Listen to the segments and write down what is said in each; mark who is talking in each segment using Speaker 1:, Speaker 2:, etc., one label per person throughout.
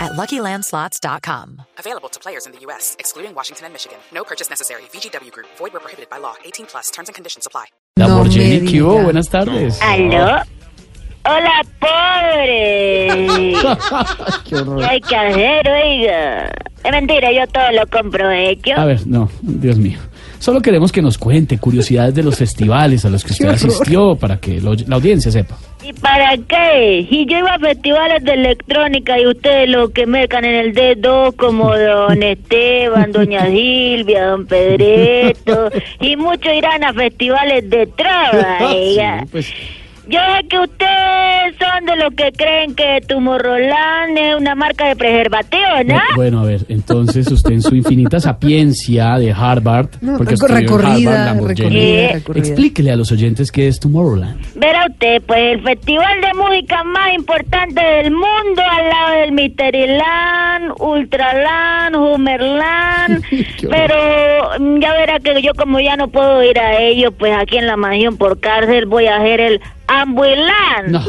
Speaker 1: at luckylandslots.com.
Speaker 2: Available to players in the U.S., excluding Washington and Michigan. No purchase necessary. VGW Group, void where prohibited by law. 18 plus terms and conditions apply.
Speaker 3: Lamborghini,
Speaker 4: me
Speaker 3: ¿qué hubo?
Speaker 4: diga.
Speaker 3: Buenas tardes.
Speaker 5: ¿Aló? Hola, pobre.
Speaker 3: Qué horror.
Speaker 5: Hay que hacer, oiga. Es mentira, yo todo lo compro hecho.
Speaker 3: A ver, no, Dios mío. Solo queremos que nos cuente curiosidades de los festivales a los que usted asistió para que lo- la audiencia sepa.
Speaker 5: ¿Y para qué? Si yo iba a festivales de electrónica y ustedes lo que mercan en el D2 como don Esteban, doña Silvia, don Pedreto, y muchos irán a festivales de traba, oiga.
Speaker 3: Sí, pues,
Speaker 5: Yo sé que ustedes son de los que creen que Tumorrolán es una marca de ¿ah? preservativo, ¿no?
Speaker 3: bu- Eh, bueno, a ver, entonces usted en su infinita sapiencia de Harvard,
Speaker 4: No,
Speaker 3: porque
Speaker 4: recor-
Speaker 3: estudió en
Speaker 4: recorrida,
Speaker 3: Harvard, Lamborghini,
Speaker 4: recorrida,
Speaker 5: Eh,
Speaker 4: recorrida.
Speaker 3: explíquele a los oyentes qué es Tomorrowland.
Speaker 5: Verá usted, pues el festival de música más importante del mundo al lado del Mysteryland, Ultraland, Hummerland.
Speaker 3: Qué horror.
Speaker 5: pero mm, ya verá que yo como ya no puedo ir a ellos, pues aquí en la mansión por cárcel voy a hacer el Ambuland.
Speaker 3: No.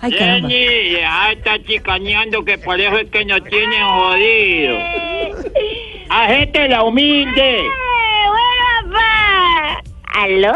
Speaker 4: Ay, caramba.
Speaker 6: Jenny, ya está chicaneando que por eso es que nos tienen jodido. Agente la humilde.
Speaker 5: bueno, ¡Eh, pa. ¿Aló?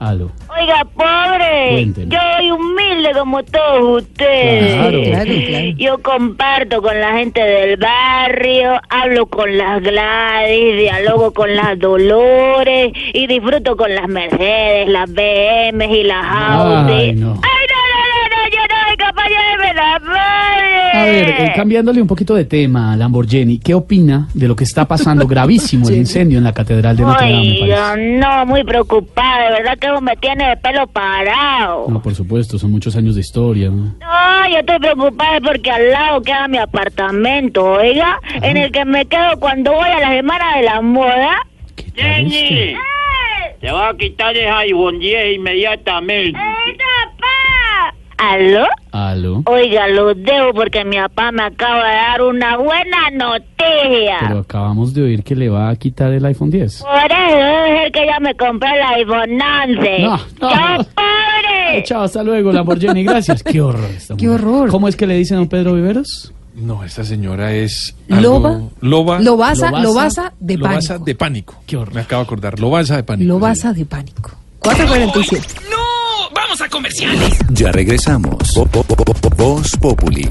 Speaker 3: Aló.
Speaker 5: Oiga, pobre,
Speaker 3: Cuénteme.
Speaker 5: yo soy humilde como todos ustedes.
Speaker 3: Claro.
Speaker 4: Claro, claro.
Speaker 5: Yo comparto con la gente del barrio, hablo con las Gladys, dialogo con las Dolores y disfruto con las Mercedes, las BMs y las Audi.
Speaker 3: Ay, no.
Speaker 5: Ay, no, no, no, no, yo no soy capaz de llevarme la madre.
Speaker 3: A ver, eh, cambiándole un poquito de tema, Lamborghini, ¿qué opina de lo que está pasando gravísimo el incendio en la Catedral de Notre Dame? me
Speaker 5: Oiga,
Speaker 3: parece?
Speaker 5: no, muy preocupada, de verdad que vos me tienes de pelo parado.
Speaker 3: No, por supuesto, son muchos años de historia. ¿no?
Speaker 5: No, yo estoy preocupada porque al lado queda mi apartamento, oiga, en el que me quedo cuando voy a la semana de la moda.
Speaker 3: ¿Qué tal
Speaker 6: Jenny,
Speaker 3: esto?
Speaker 6: te voy a quitar esa Ivonne 10 inmediatamente.
Speaker 5: ¿Aló?
Speaker 3: Aló.
Speaker 5: Oiga, los dejo porque mi papá me acaba de dar una buena noticia.
Speaker 3: Pero acabamos de oír que le va a quitar el iPhone 10.
Speaker 5: Por eso debe ser que ya me compré el iPhone 11.
Speaker 3: No, no.
Speaker 5: ¡Chao, pobre!
Speaker 3: Chao, hasta luego, Lamborghini. Gracias. Qué horror. esta
Speaker 4: Qué
Speaker 3: mujer.
Speaker 4: horror.
Speaker 3: ¿Cómo es que le dicen a don Pedro Viveros?
Speaker 7: No, esa señora es algo-
Speaker 4: Loba.
Speaker 7: Loba.
Speaker 4: Lobasa,
Speaker 3: Lobasa-
Speaker 4: Lobasa de
Speaker 7: Lobasa
Speaker 4: pánico.
Speaker 7: de pánico.
Speaker 3: Qué horror.
Speaker 7: Me acabo de acordar. Lobasa de pánico.
Speaker 4: Lobasa de pánico. 447.
Speaker 8: Ya regresamos. Po- po- po- po- po- Voz Populi.